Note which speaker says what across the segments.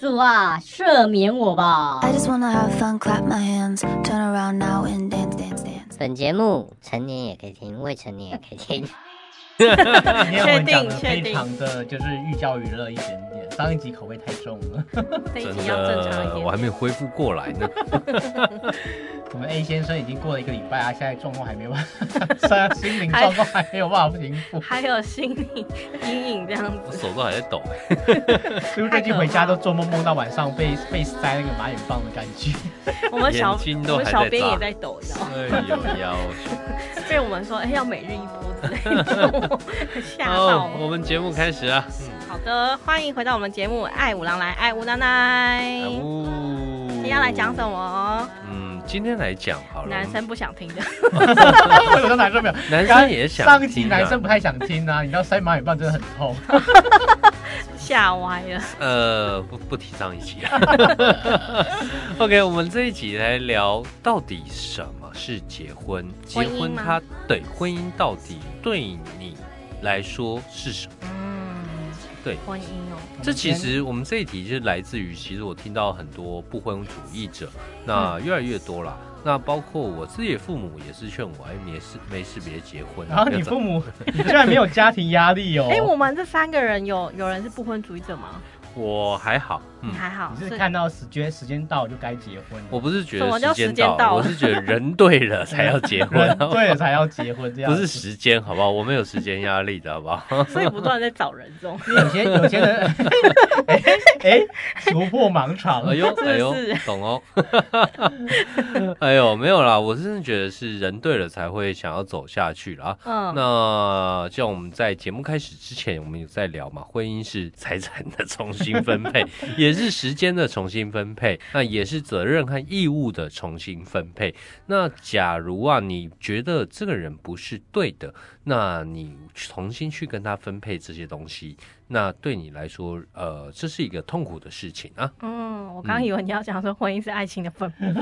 Speaker 1: 主啊，赦免我吧！
Speaker 2: I just wanna have fun, clap my hands, turn around now and dance, dance, dance.
Speaker 3: 本节目成年也可以听，未成年也可以听。
Speaker 4: 今天我们讲的
Speaker 5: 确定
Speaker 4: 非常的就是寓教于乐一点点，上一集口味太重了。
Speaker 5: 这一
Speaker 6: 真
Speaker 5: 集要正常
Speaker 6: 的，
Speaker 5: 一
Speaker 6: 我还
Speaker 5: 点。
Speaker 6: 没有恢复过来 呢。
Speaker 4: 我们 A 先生已经过了一个礼拜啊，现在状况还没有办 法，虽然心灵状况还没有办法平复。
Speaker 5: 还有心理阴影这样
Speaker 6: 我
Speaker 5: 子，
Speaker 6: 手都还在抖，
Speaker 4: 所以最近回家都做梦，梦到晚上被被塞那个马眼棒的感 觉。
Speaker 5: 我们小
Speaker 6: 眼睛
Speaker 5: 我
Speaker 6: 都还
Speaker 5: 们
Speaker 6: 在
Speaker 5: 小编
Speaker 6: 眨
Speaker 5: 也在抖，你知道吗？
Speaker 6: 哎呦腰！
Speaker 5: 被我们说哎要每日一波之类的， 吓到
Speaker 6: 哦，
Speaker 5: 我。
Speaker 6: 我们节目开始啊！
Speaker 5: 好的，欢迎回到我们节目《爱五郎来爱无奶奶》，
Speaker 6: 哦，
Speaker 5: 今
Speaker 6: 今
Speaker 5: 天要来讲什？么？哦
Speaker 6: 嗯，今天来讲好了，
Speaker 5: 男生不想听的，
Speaker 4: 我有说男生没有，
Speaker 6: 男生也想
Speaker 4: 上一集
Speaker 6: 听啊
Speaker 4: 男生不太想听啊，你知道塞马眼棒真的很 痛。
Speaker 5: 吓歪了。
Speaker 6: 呃，不不提上一 集 啊。OK，我们这一集来聊到底什么是结婚？结
Speaker 5: 婚姻
Speaker 6: 婚
Speaker 5: 吗
Speaker 6: 它对婚姻到底对你来说是什么？
Speaker 5: 嗯，
Speaker 6: 对
Speaker 5: 婚姻哦，
Speaker 6: 这其实我们这一题就是来自于，其实我听到很多不婚主义者，那越来越多啦。那包括我自己的父母也是劝我，哎，没事没事别结婚啊。
Speaker 4: 然后
Speaker 6: 不要
Speaker 4: 你
Speaker 6: 找
Speaker 4: 父母，你居然没有家庭压力哦？
Speaker 5: 哎，我们这三个人有有人是不婚主义者吗？
Speaker 6: 我还好，嗯，
Speaker 5: 还好，
Speaker 4: 你是看到时间时间到就该结婚了，
Speaker 6: 我不是觉
Speaker 5: 什么
Speaker 6: 得
Speaker 5: 叫
Speaker 6: 时
Speaker 5: 时
Speaker 6: 间
Speaker 5: 间
Speaker 6: 到，
Speaker 5: 到
Speaker 6: 我
Speaker 5: 了
Speaker 6: 是觉得人对了才要结婚，啊
Speaker 4: 人对啊了才要结婚这样
Speaker 6: 不
Speaker 4: 子。
Speaker 6: 是时间，好不好？我们有时间压力的，好不好？
Speaker 5: 所以不断地在找人中，
Speaker 4: 因为有 些有些人， 哎哎，突破盲肠
Speaker 6: 哎。呦，
Speaker 5: 是不
Speaker 6: 哎呦
Speaker 5: 是，
Speaker 6: 懂哦。 哎呦，没有啦，我真的觉得是人对了才会想要走下去啦。
Speaker 5: 嗯，
Speaker 6: 那像我们在节目开始之前，我们有在聊嘛，婚姻是财产的重新分配，也是时间的重新分配，那也是责任和义务的重新分配。那假如啊，你觉得这个人不是对的，那你重新去跟他分配这些东西，那对你来说，呃，这是一个痛苦的事情啊。
Speaker 5: 嗯，我刚以为你要讲说婚姻是爱情的坟墓，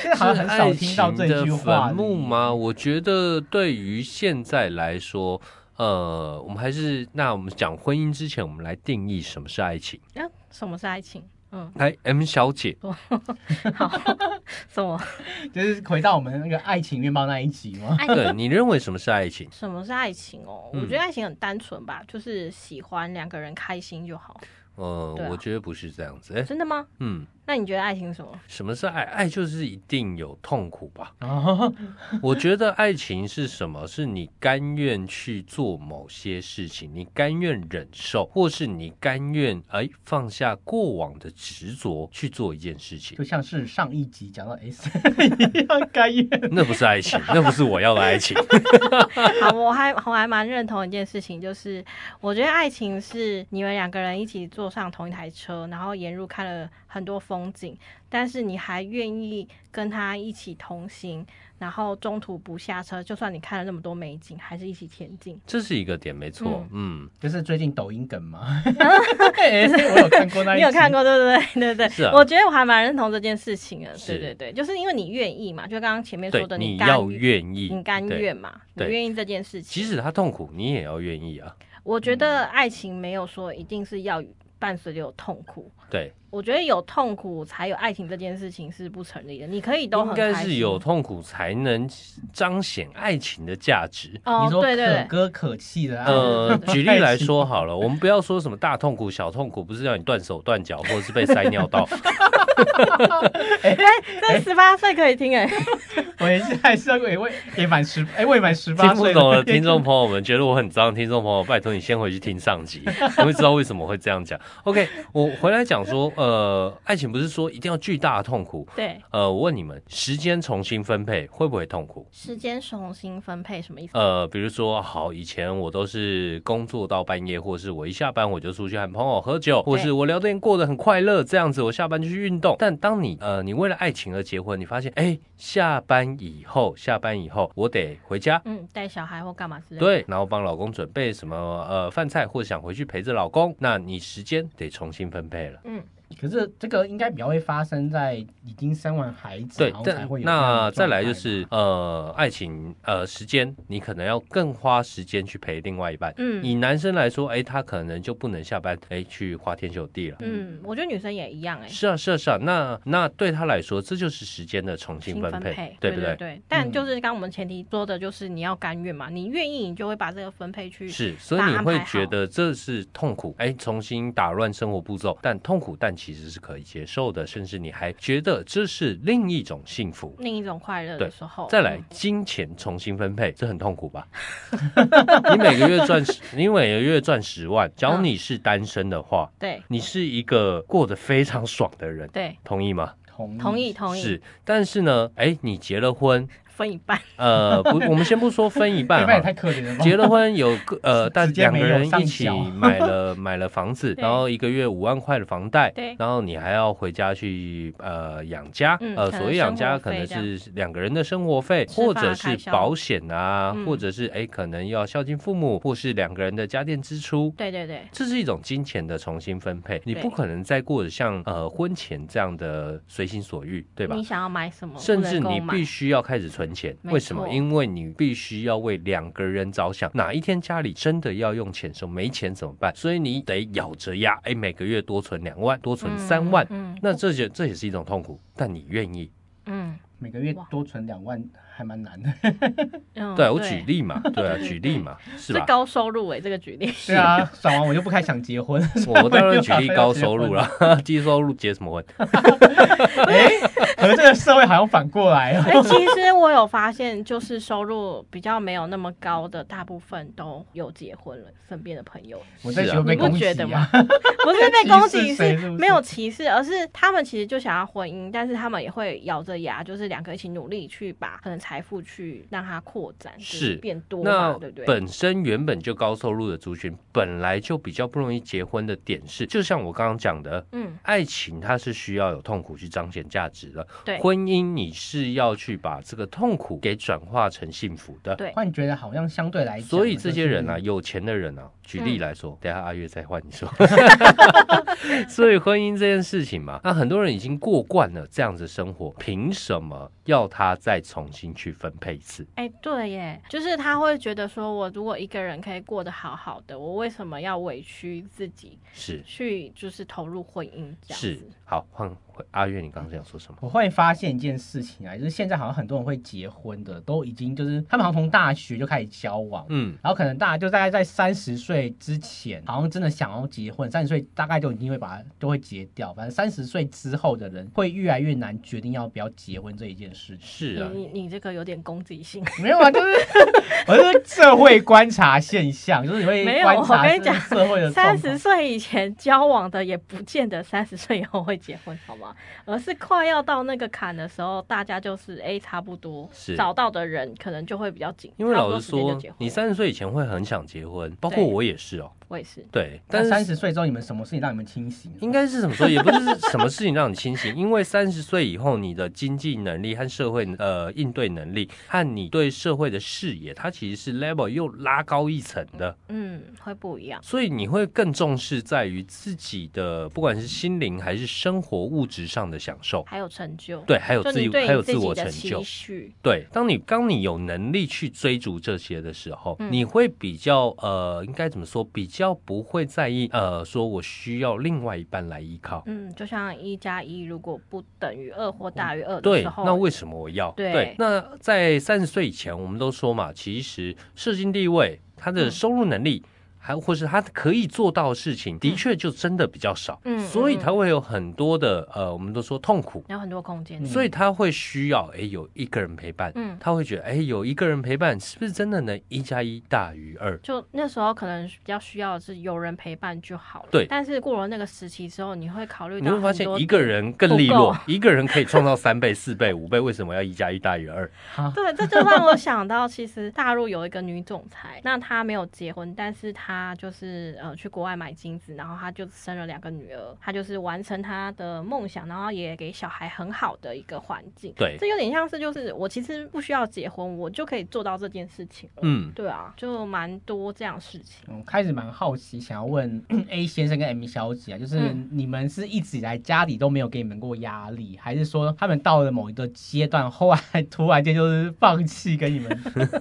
Speaker 4: 现在好像很少听到这句
Speaker 6: 是爱情
Speaker 4: 话。
Speaker 6: 的坟墓吗？？我觉得对于现在来说，呃，我们还是那我们讲婚姻之前，我们来定义什么是爱情。
Speaker 5: 嗯，什么是爱情？ 嗯，
Speaker 6: 来，M 小姐，
Speaker 5: 好，什么？
Speaker 4: 就是回到我们那个爱情面包那一集吗？
Speaker 5: 爱情
Speaker 6: 对你认为什么是爱情？
Speaker 5: 什么是爱情哦？
Speaker 6: 嗯
Speaker 5: 我觉得爱情很单纯吧，就是喜欢两个人开心就好。
Speaker 6: 呃，
Speaker 5: 对啊
Speaker 6: 我觉得不是这样子。哎，
Speaker 5: 真的吗？
Speaker 6: 嗯，
Speaker 5: 那你觉得爱情是什么？
Speaker 6: 什么是爱？爱就是一定有痛苦吧？
Speaker 4: 哦，
Speaker 6: 我觉得爱情是什么？是你甘愿去做某些事情，你甘愿忍受，或是你甘愿哎放下过往的执着去做一件事 情
Speaker 4: 就。像是上一集讲到 S 一样，甘愿
Speaker 6: 那不是爱 情，那不是我要的爱情。
Speaker 5: 好，我还我还蛮认同一件事情，就是我觉得爱情是你们两个人一起坐上同一台车，然后沿路看了很多风景，但是你还愿意跟他一起同行，然后中途不下车，就算你看了那么多美景，还是一起前进。
Speaker 6: 这是一个点，没错。嗯，
Speaker 4: 就是最近抖音梗 吗？哎我有看过那一集，
Speaker 5: 你有看过对 不对？对对
Speaker 6: 是
Speaker 5: 对，
Speaker 6: 啊
Speaker 5: 我觉得我还蛮认同这件事情的。
Speaker 6: 是
Speaker 5: 对对对，就是因为你愿意嘛，就刚刚前面
Speaker 6: 对
Speaker 5: 说的，，
Speaker 6: 你
Speaker 5: 甘
Speaker 6: 要
Speaker 5: 于
Speaker 6: 愿意，
Speaker 5: 你甘
Speaker 6: 对。
Speaker 5: 愿嘛，你
Speaker 6: 对
Speaker 5: 愿意这件事情。
Speaker 6: 即使他痛苦，你也要愿意啊。
Speaker 5: 我觉得爱情没有说一定是要伴随着有痛苦，
Speaker 6: 对，
Speaker 5: 我觉得有痛苦才有爱情这件事情是不成立的。你可以都
Speaker 6: 应
Speaker 5: 很
Speaker 6: 该
Speaker 5: 开
Speaker 6: 是
Speaker 5: 心
Speaker 6: 有痛苦才能彰显爱情的价值。
Speaker 5: 哦
Speaker 4: 你，说
Speaker 5: 对对
Speaker 4: 可
Speaker 5: 对，
Speaker 4: 歌可泣的
Speaker 5: 嗯
Speaker 4: 爱，
Speaker 6: 呃， 举例来说好了，我们不要说什么大痛苦、小痛苦，不是让你断手断脚，或者是被塞尿 道。
Speaker 5: 这十八岁可以听哎、
Speaker 4: 我也是还是要 也未也满十哎未满十
Speaker 6: 听
Speaker 4: 八
Speaker 6: 不
Speaker 4: 岁
Speaker 6: 懂的听众朋友们，觉得我很脏，听众朋友，拜托你先回去听上 集，你会知道为什么会这样讲。OK，我回来讲说，呃，爱情不是说一定要巨大的痛苦，
Speaker 5: 对，
Speaker 6: 呃，我问你们，时间重新分配会不会痛苦？
Speaker 5: 时间重新分配什么意思？
Speaker 6: 呃，比如说，好，以前我都是工作到半夜，或是我一下班我就出去和朋友喝酒，或是我聊天过得很快乐，这样子，我下班就去运动。但当你呃，你为了爱情而结婚，你发现，哎，下班以后，下班以后我得回家。
Speaker 5: 嗯，带小孩或干嘛之类的。
Speaker 6: 对，然后帮老公准备什么呃饭菜，或者想回去陪着老公，那你时间得重新分配了。
Speaker 5: 嗯，
Speaker 4: 可是这个应该比较会发生在已经生完孩子，
Speaker 6: 对
Speaker 4: 然后，才
Speaker 6: 但
Speaker 4: 会有这样的
Speaker 6: 那再来就
Speaker 4: 状态嘛
Speaker 6: 是呃，爱情呃，时间你可能要更花时间去陪另外一半。以
Speaker 5: 嗯
Speaker 6: 男生来说，哎，他可能就不能下班哎去花天酒地了。
Speaker 5: 嗯，我觉得女生也一样哎、欸。
Speaker 6: 是啊，是啊，是啊。那那对他来说，这就是时间的重新分配，
Speaker 5: 对
Speaker 6: 不嗯
Speaker 5: 对？但就是刚刚我们前提说的，就是你要甘愿嘛，你愿意，你就会把这个分配去
Speaker 6: 是，所以
Speaker 5: 把它
Speaker 6: 你
Speaker 5: 安
Speaker 6: 会
Speaker 5: 排
Speaker 6: 觉
Speaker 5: 好
Speaker 6: 得这是痛苦，哎，重新打乱生活步骤，但痛苦，但其实是可以接受的，甚至你还觉得这是另一种幸福。
Speaker 5: 另一种快乐
Speaker 6: 对
Speaker 5: 的时候。嗯
Speaker 6: 再来，金钱重新分配，这很痛苦吧？ 你每个月赚十，你每个月赚十万，假如
Speaker 5: 嗯
Speaker 6: 你是单身的话，
Speaker 5: 对
Speaker 6: 你是一个过得非常爽的人，
Speaker 5: 对，
Speaker 6: 同意吗？
Speaker 4: 同
Speaker 5: 同意同
Speaker 6: 嗯
Speaker 5: 意，
Speaker 6: 是，但是呢，哎，你结了婚，
Speaker 5: 分一半。
Speaker 6: 呃，不，我们先不说分一半
Speaker 4: 对哎方也
Speaker 6: 哈
Speaker 4: 太。可怜了吧？
Speaker 6: 结了婚有个呃，但
Speaker 4: 直接
Speaker 6: 两个
Speaker 4: 没有
Speaker 6: 人
Speaker 4: 上
Speaker 6: 一起
Speaker 4: 缴
Speaker 6: 买了买了房子，
Speaker 5: 对
Speaker 6: 然后一个月五万块的房贷
Speaker 5: 对，
Speaker 6: 然后你还要回家去呃养家，
Speaker 5: 嗯
Speaker 6: 呃，
Speaker 5: 可能
Speaker 6: 所谓养家
Speaker 5: 生活
Speaker 6: 可能
Speaker 5: 费这样
Speaker 6: 是两个人的生活费，
Speaker 5: 吃
Speaker 6: 或
Speaker 5: 饭
Speaker 6: 者
Speaker 5: 啊
Speaker 6: 是
Speaker 5: 开销
Speaker 6: 保险啊，
Speaker 5: 嗯
Speaker 6: 或者是哎可能要孝敬父母，或是两个人的家电支出。
Speaker 5: 对对对，
Speaker 6: 这是一种金钱的重新分配，你
Speaker 5: 对
Speaker 6: 不可能再过着像呃婚前这样的随心所欲，对吧？
Speaker 5: 你想要买什么，
Speaker 6: 甚
Speaker 5: 哦不能
Speaker 6: 至
Speaker 5: 够
Speaker 6: 你
Speaker 5: 买
Speaker 6: 必须要开始存钱，
Speaker 5: 没
Speaker 6: 为什么？
Speaker 5: 错
Speaker 6: 因为你必须要为两个人着想。哪一天家里真的要用钱的时候，没钱怎么办？所以你得咬着牙，哎，每个月多存两万，多存三万。
Speaker 5: 嗯
Speaker 6: 那这些这也是一种痛苦，但你愿意？
Speaker 5: 嗯
Speaker 4: 每个月
Speaker 5: 哇
Speaker 4: 多存两万还蛮难的，
Speaker 5: 嗯，
Speaker 6: 对啊，我举例 嘛，对啊，举例嘛，是
Speaker 5: 是
Speaker 6: 吧？
Speaker 5: 高收入哎、这个举例。
Speaker 4: 是啊，爽完我就不太想结婚。
Speaker 6: 我当然举 例高收入了，低收入结什么婚？
Speaker 4: 可是这个社会好像反过来 哦，
Speaker 6: 啊
Speaker 5: 哎、其实我有发现，就是收入比较没有那么高的，大部分都有结婚了。身边的朋友，
Speaker 4: 我在学会被
Speaker 5: 你不
Speaker 4: 攻击
Speaker 5: 觉得吗
Speaker 4: 啊！
Speaker 5: 不是被攻击，
Speaker 4: 歧视谁
Speaker 5: 是
Speaker 4: 是不是
Speaker 5: 没有歧视，而是他们其实就想要婚姻，但是他们也会咬着牙，就是两个一起努力去把可能财富去让它扩展，就是变多
Speaker 6: 那
Speaker 5: 嘛，对不对？
Speaker 6: 本身原本就高收入的族群，本来就比较不容易结婚的点是，就像我刚刚讲的，
Speaker 5: 嗯，
Speaker 6: 爱情它是需要有痛苦去彰显价值的，
Speaker 5: 对
Speaker 6: 婚姻你是要去把这个痛苦给转化成幸福的，
Speaker 5: 对
Speaker 4: 忽然觉得好像相对来讲，
Speaker 6: 所以这些人啊，
Speaker 4: 就是
Speaker 6: 有钱的人啊，举例来
Speaker 5: 嗯
Speaker 6: 说，等一下阿月再换你说。 所以婚姻这件事情嘛，那很多人已经过惯了这样子生活，凭什么要他再重新去分配一次？
Speaker 5: 哎、对耶，就是他会觉得说，我如果一个人可以过得好好的，我为什么要委屈自己
Speaker 6: 是
Speaker 5: 去就是投入婚姻这样
Speaker 6: 是
Speaker 5: 子？，
Speaker 6: 好，换回阿月，你刚刚想说什么？
Speaker 4: 我会发现一件事情啊，就是现在好像很多人会结婚的，都已经就是他们好像从大学就开始交往，
Speaker 6: 嗯，
Speaker 4: 然后可能大家就大概在三十岁之前，好像真的想要结婚，三十岁大概就一定会把它就会结掉。反正三十岁之后的人会越来越难决定要不要结婚这一件事情。
Speaker 6: 是啊，
Speaker 5: 你你你这个有点攻击性，
Speaker 4: 没有啊，就是 我是社会观察现象，就是你会
Speaker 5: 没有
Speaker 4: 观察
Speaker 5: 我跟你讲
Speaker 4: 社会 的
Speaker 5: 三
Speaker 4: 状
Speaker 5: 十
Speaker 4: 况。
Speaker 5: 岁以前交往的也不见得三十岁以后会结婚，好 吗？而是快要到那个坎的时候，大家就是哎，差不多
Speaker 6: 是
Speaker 5: 找到的人可能就会比较紧，
Speaker 6: 因为
Speaker 5: 差不
Speaker 6: 老
Speaker 5: 多
Speaker 6: 实
Speaker 5: 时间就
Speaker 6: 说
Speaker 5: 结婚，
Speaker 6: 你三十岁以前会很想结婚，包括
Speaker 5: 对
Speaker 6: 我也是哦。
Speaker 5: 我也是，
Speaker 6: 对，但
Speaker 4: 但
Speaker 6: 是
Speaker 4: 三十岁之后，你们什么事情让你们清醒？啊
Speaker 6: 应该是怎么说，也不是什么事情让你清醒，因为三十岁以后，你的经济能力和社会呃应对能力和你对社会的视野，它其实是 level 又拉高一层的，
Speaker 5: 嗯，会不一样，
Speaker 6: 所以你会更重视在于自己的不管是心灵还是生活物质上的享受，
Speaker 5: 还有成就，，
Speaker 6: 对，还有
Speaker 5: 就
Speaker 6: 自
Speaker 5: 你
Speaker 6: 己
Speaker 5: 对
Speaker 6: 还有
Speaker 5: 你自
Speaker 6: 自
Speaker 5: 己
Speaker 6: 我
Speaker 5: 的
Speaker 6: 成
Speaker 5: 期
Speaker 6: 就，
Speaker 5: 许，
Speaker 6: 对，当你当你有能力去追逐这些的时候，
Speaker 5: 嗯
Speaker 6: 你会比较呃，应该怎么说？比较不会在意呃，说我需要另外一半来依靠。
Speaker 5: 嗯，就像一加一如果不等于二或大于二的
Speaker 6: 对
Speaker 5: 时，候，
Speaker 6: 那为什么我要？
Speaker 5: 对
Speaker 6: 那在三十岁以前，我们都说嘛，其实社经地位、他的
Speaker 5: 嗯
Speaker 6: 收入能力，还或是他可以做到的事情，的确就真的比较少，
Speaker 5: 嗯
Speaker 6: 所以
Speaker 5: 嗯嗯
Speaker 6: 他会有很多的呃，我们都说痛苦，
Speaker 5: 有很多空间，
Speaker 6: 嗯所以他会需要诶有一个人陪伴，
Speaker 5: 嗯
Speaker 6: 他会觉得诶有一个人陪伴是不是真的能一加一大于二？
Speaker 5: 就那时候可能比较需要的是有人陪伴就好了。
Speaker 6: 对
Speaker 5: 但是过了那个时期之后，你会考虑
Speaker 6: 你
Speaker 5: 到
Speaker 6: 会发
Speaker 5: 很
Speaker 6: 现
Speaker 5: 多
Speaker 6: 一 个人更利
Speaker 5: 不
Speaker 6: 落
Speaker 5: 够，
Speaker 6: 一个人可以创造三倍、四倍、五倍，为什么要一加一大于二？
Speaker 5: 对，这就让我想到，其实大陆有一个女总裁，那她没有结婚，但是他就是呃去国外买金子，然后他就生了两个女儿，他就是完成他的梦想，然后也给小孩很好的一个环境。
Speaker 6: 对
Speaker 5: 这有点像是就是我其实不需要结婚，我就可以做到这件事情了。
Speaker 6: 嗯，
Speaker 5: 对啊，就蛮多这样的事情。
Speaker 4: 嗯，开始蛮好奇，想要问 A 先生跟 M 小姐啊，就是
Speaker 5: 嗯
Speaker 4: 你们是一直以来家里都没有给你们过压力，还是说他们到了某一个阶段，后来突然间就是放弃跟你 们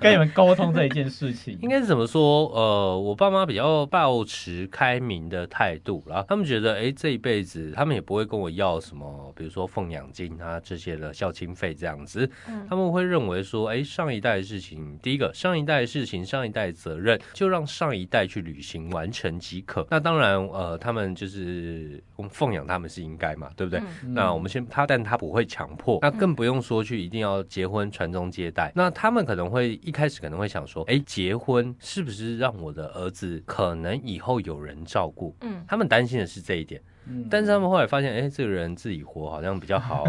Speaker 4: 跟你们沟通这一件事情？
Speaker 6: 应该是怎么说？呃，我爸妈比较抱持开明的态度啦，他们觉得，哎、这一辈子他们也不会跟我要什么，比如说奉养金啊这些的孝亲费这样子，
Speaker 5: 嗯
Speaker 6: 他们会认为说，哎、上一代的事情，第一个上一代的事情，上一代的责任，就让上一代去履行完成即可。那当然，呃，他们就是我们奉养他们是应该嘛，对不对？
Speaker 5: 嗯
Speaker 4: 嗯
Speaker 6: 那我们先他，但他不会强迫，那更不用说去一定要结婚传宗接代。那他们可能会一开始可能会想说，哎，结婚是不是让我的儿子可能以后有人照顾？
Speaker 5: 嗯，
Speaker 6: 他们担心的是这一点，
Speaker 4: 嗯
Speaker 6: 但是他们后来发现，哎，这个人自己活好像比较 好，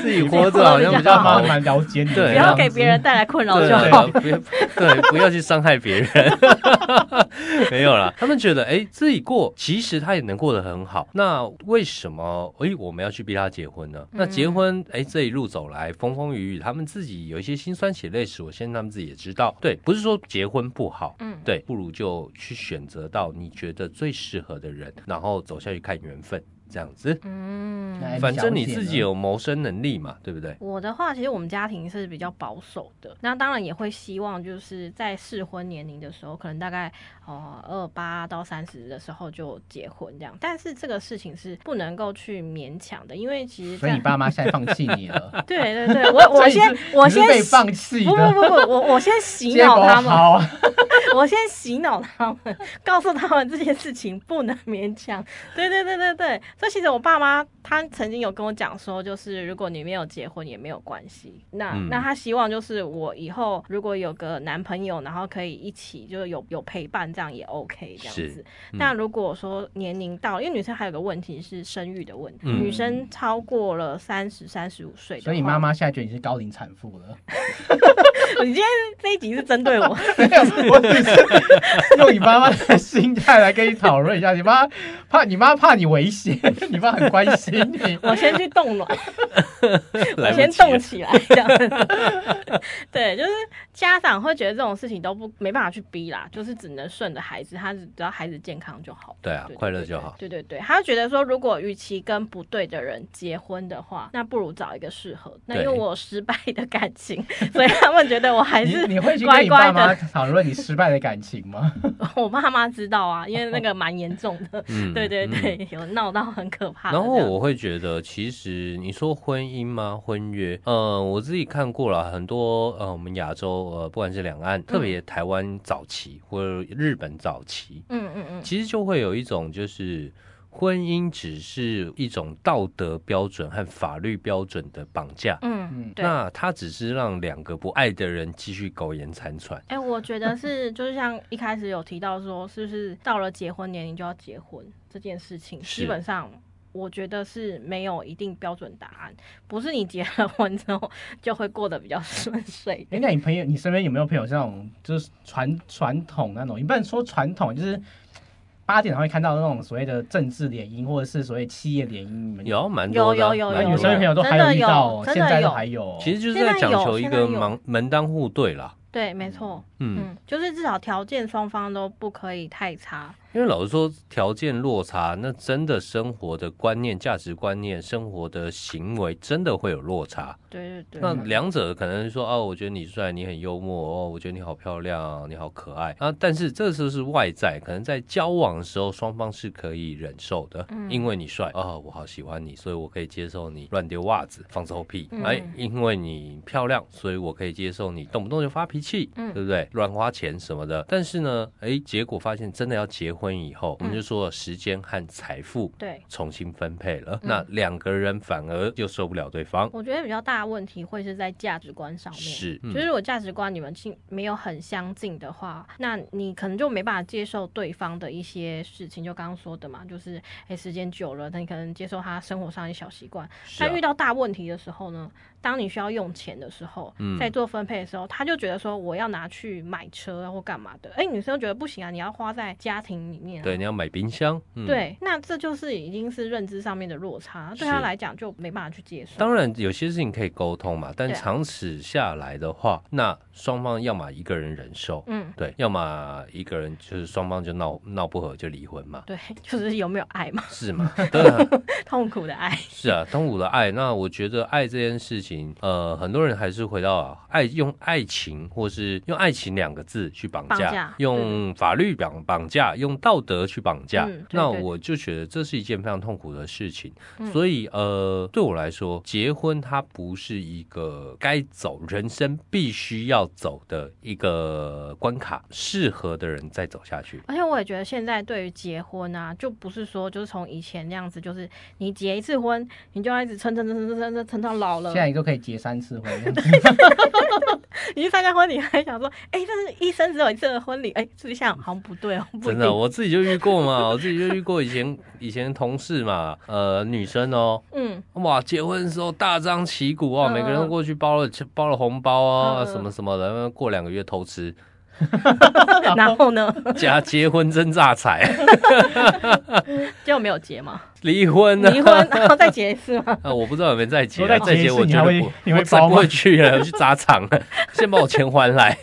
Speaker 6: 自己活着好像比较
Speaker 4: 爸妈
Speaker 6: 好。
Speaker 4: 蛮了解你的，
Speaker 6: 对
Speaker 5: 不
Speaker 6: 然
Speaker 5: 要
Speaker 6: 后
Speaker 5: 给别人带来困扰
Speaker 6: 对
Speaker 5: 就
Speaker 6: 啊
Speaker 5: 好。
Speaker 6: 不要对，不要去伤害别 人。没有啦，他们觉得哎、自己过，其实他也能过得很好。那为什么哎、我们要去逼他结婚呢？那结婚哎、这一路走来风风雨雨，他们自己有一些辛酸血泪史，我相信他们自己也知道。对，不是说结婚不好，
Speaker 5: 嗯，
Speaker 6: 对，不如就去选择到你觉得最适合的人，然后走下去看缘分，这样子。
Speaker 5: 嗯，
Speaker 4: 那
Speaker 6: 反正你自己
Speaker 4: 小姐呢
Speaker 6: 有谋生能力嘛，对不对？
Speaker 5: 我的话，其实我们家庭是比较保守的，那当然也会希望就是在适婚年龄的时候，可能大概哦二八到三十的时候就结婚这样。但是这个事情是不能够去勉强的，因为其实
Speaker 4: 所以你
Speaker 5: 在，
Speaker 4: 爸妈现在放弃你了
Speaker 5: 对对 对，我我先 我
Speaker 4: 你
Speaker 5: 先
Speaker 4: 是被
Speaker 5: 洗
Speaker 4: 放弃
Speaker 5: 不不
Speaker 4: 的，
Speaker 5: 不不，我我先 洗
Speaker 4: 结
Speaker 5: 脑
Speaker 4: 果
Speaker 5: 他们，
Speaker 4: 好啊，
Speaker 5: 我先洗脑他们，告诉他们这件事情不能勉强。 对对对对对，所以其实我爸妈他曾经有跟我讲说，就是如果你没有结婚也没有关系。那、
Speaker 6: 嗯
Speaker 5: 那他希望就是我以后如果有个男朋友，然后可以一起就是有有陪伴，这样也 OK 这样
Speaker 6: 是
Speaker 5: 子。
Speaker 6: 嗯
Speaker 5: 那如果说年龄到了，因为女生还有个问题是生育的问题，
Speaker 6: 嗯
Speaker 5: 女生超过了三十三十五岁的话，
Speaker 4: 所以你妈妈现在觉得你是高龄产妇了，
Speaker 5: 你今天这一集是针对我。
Speaker 4: 没有， 我只是 用你妈妈的心态来跟你讨论一下，你妈怕你妈怕你危险， 你妈很关心你，
Speaker 5: 我先去冻卵，
Speaker 6: 来
Speaker 5: 我
Speaker 6: 不
Speaker 5: 先
Speaker 6: 及了
Speaker 5: 冻起来，这样子对，就是家长会觉得这种事情都不没办法去逼啦，就是只能顺着孩子，他只只要孩子健康就好。
Speaker 6: 对啊快乐就好
Speaker 5: 对对对，他觉得说，如果与其跟不对的人结婚的话，那不如找一个适合。那因为
Speaker 6: 对
Speaker 5: 我有失败的感情， 所以他们觉得我 还
Speaker 4: 你
Speaker 5: 是
Speaker 4: 你会去跟
Speaker 5: 乖
Speaker 4: 你爸
Speaker 5: 乖
Speaker 4: 妈
Speaker 5: 的。
Speaker 4: 讨论你失败的感情吗？
Speaker 5: 我爸妈知道啊，因为那个蛮严重的。
Speaker 6: 嗯
Speaker 5: 对对
Speaker 6: 嗯
Speaker 5: 对，有闹到很可怕的这
Speaker 6: 然
Speaker 5: 样。
Speaker 6: 后我会觉得，其实你说婚姻吗？婚约，呃，我自己看过了很多，呃，我们亚洲，呃，不管是两岸，特别台湾早期或者日本早期，
Speaker 5: 嗯嗯嗯，
Speaker 6: 其实就会有一种就是。婚姻只是一种道德标准和法律标准的绑架，
Speaker 5: 嗯，对。
Speaker 6: 那它只是让两个不爱的人继续苟延残喘。
Speaker 5: 哎、我觉得是，就是像一开始有提到说，是不是到了结婚年龄就要结婚这件事情，
Speaker 6: 是
Speaker 5: 基本上我觉得是没有一定标准答案，不是你结了婚之后就会过得比较顺遂
Speaker 4: 哎、那你朋友，你身边有没有朋友是那种就是传传统那种？你不能说传统，就是八点常会看到那种所谓的政治联姻，或者是所谓企业联姻。你们
Speaker 6: 有蛮
Speaker 5: 有
Speaker 6: 多的啊，
Speaker 5: 有
Speaker 4: 那
Speaker 6: 蛮
Speaker 4: 有
Speaker 6: 多
Speaker 4: 身边
Speaker 6: 的
Speaker 4: 朋友都还
Speaker 5: 真的
Speaker 4: 遇到哦，
Speaker 5: 有真
Speaker 4: 现
Speaker 5: 的
Speaker 4: 在都
Speaker 5: 有
Speaker 4: 还有哦。
Speaker 6: 其实就是
Speaker 5: 现
Speaker 6: 在
Speaker 5: 在
Speaker 6: 讲
Speaker 5: 有
Speaker 6: 求一
Speaker 5: 现在
Speaker 6: 个
Speaker 5: 有
Speaker 6: 门门当户对啦。
Speaker 5: 对，没错，
Speaker 6: 嗯
Speaker 5: 嗯，就是至少条件双方都不可以太差。
Speaker 6: 因为老实说，条件落差，那真的生活的观念、价值观念、生活的行为，真的会有落差。
Speaker 5: 对对
Speaker 6: 那
Speaker 5: 对，
Speaker 6: 两者可能说，哦，我觉得你帅，你很幽默，哦，我觉得你好漂亮，你好可爱啊。但是这就是外在，可能在交往的时候，双方是可以忍受的，
Speaker 5: 嗯
Speaker 6: 因为你帅啊、哦我好喜欢你，所以我可以接受你乱丢袜子、放臭屁。
Speaker 5: 嗯
Speaker 6: 哎，因为你漂亮，所以我可以接受你动不动就发脾气，
Speaker 5: 嗯
Speaker 6: 对不对？乱花钱什么的。但是呢，哎，结果发现真的要结婚以后，我们
Speaker 5: 嗯
Speaker 6: 就说了时间和财富
Speaker 5: 对，
Speaker 6: 重新分配了，那两个人反而又受不了对方。
Speaker 5: 嗯我觉得比较大的问题会是在价值观上面。
Speaker 6: 是，
Speaker 5: 就是
Speaker 6: 嗯，
Speaker 5: 如果价值观你们近没有很相近的话，那你可能就没办法接受对方的一些事情。就刚刚说的嘛，就是诶、时间久了，那你可能接受他生活上的小习惯。
Speaker 6: 是
Speaker 5: 但遇
Speaker 6: 啊，
Speaker 5: 到大问题的时候呢，当你需要用钱的时候，
Speaker 6: 嗯
Speaker 5: 在做分配的时候，他就觉得说我要拿去买车啊或干嘛的。诶、女生就觉得不行啊，你要花在家庭里面、啊。
Speaker 6: 对，你要买冰箱，嗯，。
Speaker 5: 对，那这就是已经是认知上面的落差，对他
Speaker 6: 是
Speaker 5: 来讲就没办法去接受。
Speaker 6: 当然，有些事情可以沟通嘛，但
Speaker 5: 对啊
Speaker 6: 长此下来的话，那双方要么一个人忍受，
Speaker 5: 嗯，
Speaker 6: 对，要么一个人就是双方就闹闹不和就离婚嘛，
Speaker 5: 对， 就是有没有爱嘛，
Speaker 6: 是 嘛？对啊，
Speaker 5: 痛苦的爱。
Speaker 6: 是啊，东武的爱。那我觉得爱这件事情，呃，很多人还是回到、啊、爱，用爱情或是用爱情两个字去绑
Speaker 5: 绑
Speaker 6: 架，
Speaker 5: 架
Speaker 6: 用法律绑绑架，用道德去绑架。
Speaker 5: 嗯对
Speaker 6: 那
Speaker 5: 对嗯
Speaker 6: 我就觉得这是一件非常痛苦的事情。所以，呃，对我来说，结婚它不是一个该走人生必须要走的一个关卡，适合的人再走下去。
Speaker 5: 而且我也觉得现在对于结婚啊，就不是说就是从以前那样子，就是你结一次婚，你就要一直撑撑撑撑撑撑撑撑到老了
Speaker 4: 现。在都可以结三次婚，这样子
Speaker 5: 你去参加婚礼还想说，哎、但是医生只有一次的婚礼，哎、这项好像不对哦，不一
Speaker 6: 真
Speaker 5: 定
Speaker 6: 的，我自己就遇过嘛， 我自己就遇过以前以前同事嘛，呃，女生哦，
Speaker 5: 嗯，
Speaker 6: 哇，结婚的时候大张旗鼓哦，
Speaker 5: 嗯
Speaker 6: 每个人都过去包了包了红包
Speaker 5: 嗯
Speaker 6: 哦，
Speaker 5: 嗯
Speaker 6: 什么什么的，那过两个月偷吃，
Speaker 5: 然后呢，
Speaker 6: 加结婚真榨财，
Speaker 5: 结果没有结嘛，
Speaker 6: 离婚呢？
Speaker 5: 离婚然后再结一次嘛，
Speaker 6: 啊，我不知道有没有再结
Speaker 4: 如果
Speaker 6: 啊，
Speaker 4: 再
Speaker 6: 再
Speaker 4: 结一
Speaker 6: 结
Speaker 4: 次
Speaker 6: 我
Speaker 4: 你
Speaker 6: 觉
Speaker 4: 还
Speaker 6: 得
Speaker 4: 会
Speaker 6: 不，
Speaker 4: 你会
Speaker 6: 我才
Speaker 4: 包
Speaker 6: 不
Speaker 4: 吗
Speaker 6: 会去了， 我去砸场了，先把我钱还来。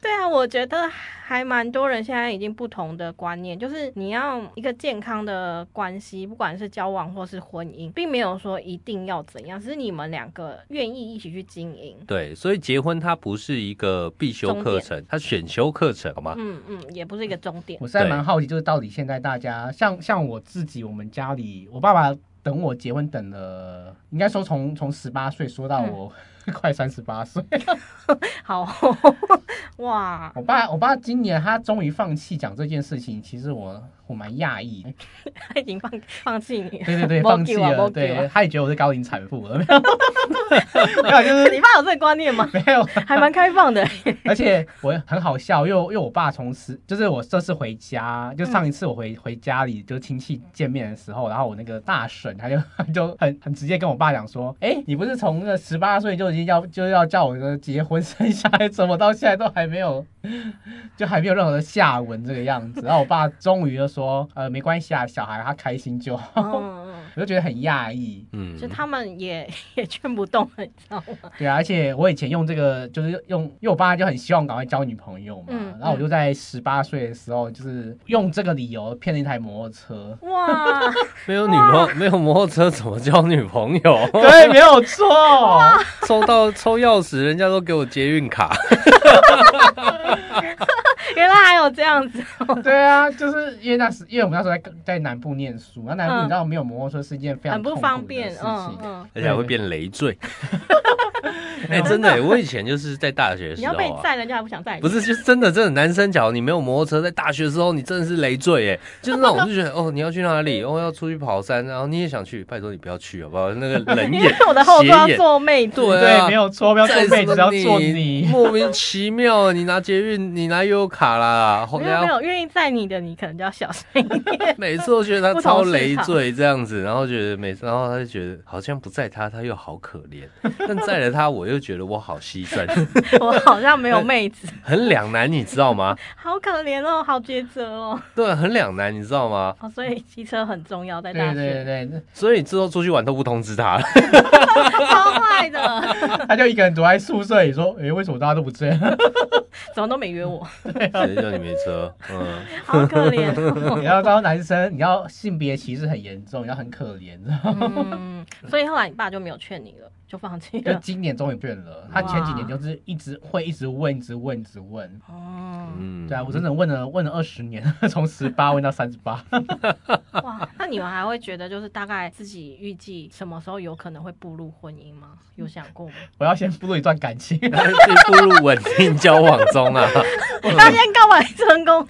Speaker 5: 对啊，我觉得还蛮多人现在已经不同的观念，就是你要一个健康的关系，不管是交往或是婚姻，并没有说一定要怎样，只是你们两个愿意一起去经营。
Speaker 6: 对，所以结婚它不是一个必修课程，它选修课程，好吗？
Speaker 5: 嗯嗯，也不是一个终点。
Speaker 4: 我实在蛮好奇，就是到底现在大家像像我自己，我们家里我爸爸等我结婚等了，应该说从从十八岁说到
Speaker 5: 嗯
Speaker 4: 我 快三十八岁，
Speaker 5: 好， 哇，
Speaker 4: 我爸我爸今年他终于放弃讲这件事情，其实我我蛮讶 异，
Speaker 5: 他已经放放弃你了。
Speaker 4: 对对对，
Speaker 5: 没
Speaker 4: 放弃
Speaker 5: 救啊
Speaker 4: 了，
Speaker 5: 没救啊
Speaker 4: 对，他也觉得我是高龄产妇了，没有，没有啊就是
Speaker 5: 你爸有这个观念 吗？
Speaker 4: 没有，
Speaker 5: 还蛮开 放的。
Speaker 4: 而且我很好笑，因为因为我爸从十，就是我这次回家，就上一次我回、回家里就亲戚见面的时候，然后我那个大婶她就 她就很很直接跟我爸讲说，哎、你不是从那十八岁就已经要就要叫我的结婚生小孩，怎么到现在都还没有， 就还没有任何的下文这个样子？然后我爸终于就说，呃，没关系啊，小孩他开心就好。
Speaker 5: 嗯，
Speaker 4: 我就觉得很讶异，
Speaker 6: 嗯，
Speaker 5: 就他们也 也劝不动了，你知道吗？
Speaker 4: 对啊，而且我以前用这个就是用，因为我爸就很希望赶快交女朋友嘛，
Speaker 5: 嗯。
Speaker 4: 然后我就在十八岁的时候，就是用这个理由骗了一台摩托车
Speaker 5: 哇，
Speaker 6: 没有女朋友，没有摩托车怎么交女朋友？
Speaker 4: 对，没有错。
Speaker 6: 抽到抽钥匙，人家都给我捷运卡。
Speaker 5: 原来还有这样子。
Speaker 4: 对啊，就是因为那时，因为我们那时候在在南部念书，那南部
Speaker 5: 嗯
Speaker 4: 你知道没有摩托车是一件非常
Speaker 5: 很不
Speaker 4: 痛苦
Speaker 5: 方
Speaker 4: 的
Speaker 5: 便
Speaker 4: 事，
Speaker 5: 嗯
Speaker 4: 情。
Speaker 5: 嗯，
Speaker 6: 而且还会变累赘。 哎、真 的耶、我以前就是在大学的
Speaker 5: 你
Speaker 6: 时
Speaker 5: 要被
Speaker 6: 候啊。
Speaker 5: 载，人家还不想载你
Speaker 6: 不。是，就是真的，真的，男生假如你没有摩托车，在大学的时候，你真的是累赘 耶。就是那种，就觉得哦，你要去哪里？哦，要出去跑山，然后你也想去，拜托你不要去好不好？那个冷
Speaker 5: 因
Speaker 6: 眼
Speaker 5: 为我的后座要
Speaker 6: 斜眼，
Speaker 5: 做妹子，
Speaker 6: 对啊
Speaker 4: 对，没有错，不要做
Speaker 6: 再
Speaker 4: 妹子，
Speaker 6: 说
Speaker 4: 要做你。
Speaker 6: 莫名其妙，你拿捷运，你拿悠游卡啦，后
Speaker 5: 没有没
Speaker 6: 来
Speaker 5: 有愿意载你的，你可能就要小心 一 点。
Speaker 6: 每次都觉得他
Speaker 5: 不同
Speaker 6: 超
Speaker 5: 市
Speaker 6: 累
Speaker 5: 场
Speaker 6: 赘这样子，然后觉得每次，然后他就觉得好像不在他，他又好可 怜，但在了他，我又觉得我好牺牲。
Speaker 5: 我好像没有妹子，
Speaker 6: 很两难，你知道吗？
Speaker 5: 好可怜哦，好抉择哦。
Speaker 6: 对，很两难，你知道吗？
Speaker 5: 哦，所以机车很重要，在
Speaker 4: 对
Speaker 5: 大
Speaker 4: 对
Speaker 5: 学
Speaker 4: 对对，
Speaker 6: 所以之后出去玩都不通知 他了。
Speaker 5: 超坏的，
Speaker 4: 他就一个人躲在宿舍里说：“诶，为什么大家都不这样？”
Speaker 5: 怎么都没约我，
Speaker 6: 谁叫你没车？嗯，
Speaker 5: 好可怜哦。
Speaker 4: 你要当男生，你要性别歧视很严重，你要很可怜。
Speaker 5: 嗯，所以后来你爸就没有劝你了，就放弃
Speaker 4: 就
Speaker 5: 了。
Speaker 4: 今年终于变了，他前几年就是一直会一直问，一直问，一直问。啊
Speaker 5: 哦，
Speaker 6: 嗯
Speaker 4: 对啊，我真的问了问了二十年，从十八问到三十八。
Speaker 5: 哇，那你们还会觉得就是大概自己预计什么时候有可能会步入婚姻吗？有想过吗？
Speaker 4: 我要先步入一段感情，
Speaker 6: 但是步入稳定交往中 啊。
Speaker 5: 他先告白成功，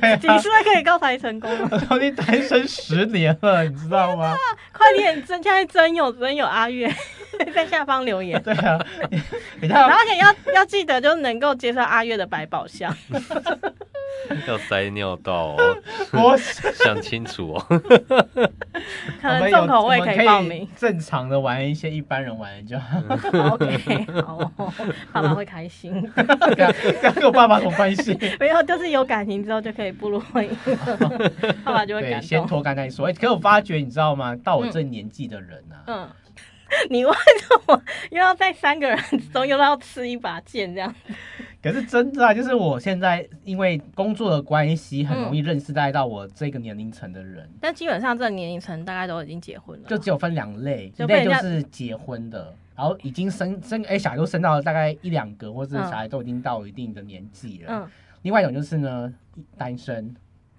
Speaker 4: 啊
Speaker 5: 几岁可以告白成功吗？
Speaker 4: 我都已经单身十年了，你知道吗？
Speaker 5: 快点真现在真有真有阿月在下方留言。
Speaker 4: 对啊，你
Speaker 5: 然
Speaker 4: 看
Speaker 5: 后，而且要要记得，就能够接受阿月的百宝箱。
Speaker 6: 要塞尿道哦，
Speaker 4: 我
Speaker 6: 想清楚哦。
Speaker 5: 可能重口味
Speaker 4: 啊我们
Speaker 5: 以报 名。
Speaker 4: 正常的玩一些一般人玩的就好。
Speaker 5: OK，好、哦，爸妈会开心。
Speaker 4: 这样这样跟我爸爸有什么关系？
Speaker 5: 没有，就是有感情之后就可以步入婚 姻了，爸爸就会
Speaker 4: 对，
Speaker 5: 感
Speaker 4: 先
Speaker 5: 动。
Speaker 4: 脱干再说。哎，可我发觉你知道吗？到我这年纪的人啊，
Speaker 5: 嗯，你为什么又要在三个人中又要吃一把剑这样？
Speaker 4: 可是真的啊，就是我现在因为工作的关系，很容易认识带到我这个年龄层的人。
Speaker 5: 但基本上这个年龄层大概都已经结婚了，
Speaker 4: 就只有分两类，一
Speaker 5: 啊就被
Speaker 4: 类
Speaker 5: 人
Speaker 4: 就
Speaker 5: 家
Speaker 4: 是结婚的，然后已经生生哎、小孩都生到大概一两个，或是
Speaker 5: 嗯
Speaker 4: 小孩都已经到一定的年纪了。
Speaker 5: 嗯
Speaker 4: 另外一种就是呢，单身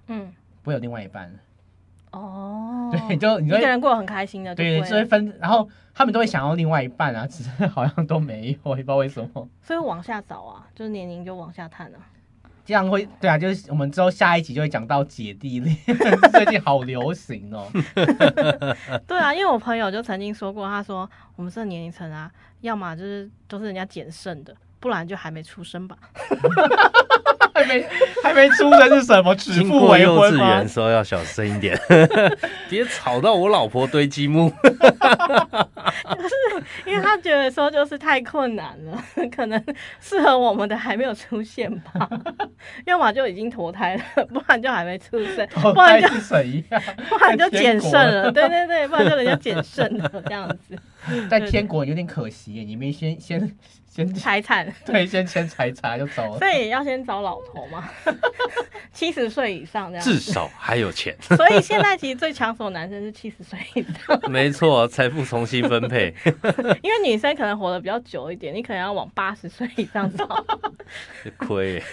Speaker 5: 嗯
Speaker 4: 不会有另外一半，
Speaker 5: 哦，
Speaker 4: 对，就你
Speaker 5: 一
Speaker 4: 说
Speaker 5: 个 人过得很开心的，
Speaker 4: 对，
Speaker 5: 不
Speaker 4: 就会分，然后他们都会想要另外一半啊，只是好像都没有，也不知道为什 么。
Speaker 5: 所以往下找啊，就是年龄就往下探啊。
Speaker 4: 这样会对啊，就是我们之后下一集就会讲到姐弟恋， 最近好流行哦。
Speaker 5: 对啊，因为我朋友就曾经说过，他说我们这个年龄层啊，要么就是都是人家捡剩的，不然就还没出生吧。
Speaker 4: 还没还没出生是什么？ 指
Speaker 6: 经
Speaker 4: 腹
Speaker 6: 过
Speaker 4: 为
Speaker 6: 幼
Speaker 4: 婚
Speaker 6: 稚
Speaker 4: 吗
Speaker 6: 园？时候要小声一点， 别吵到我老婆堆积 木。
Speaker 5: 因为他觉得说就是太困难了， 可能适合我们的还没有出现吧， 要么就已经脱胎了， 不然就还没出生，
Speaker 4: 哦
Speaker 5: 不然就
Speaker 4: 太是谁 呀？
Speaker 5: 不然就捡剩
Speaker 4: 太天
Speaker 5: 了，对对对，不然就人家捡剩了这样 子，
Speaker 4: 在天国有点可惜耶，你们先
Speaker 5: 嗯
Speaker 4: 先先
Speaker 5: 财产，
Speaker 4: 对，先先查一查就走了。
Speaker 5: 所以要先找老婆嘛， 七十岁以上这样
Speaker 6: 至
Speaker 5: 子。
Speaker 6: 少还有钱，
Speaker 5: 所以现在其实最抢手的男生是七十岁以上，
Speaker 6: 没错，财富重新分配。
Speaker 5: 因为女生可能活得比较久一点，你可能要往八十岁以上 找。
Speaker 6: 亏耶，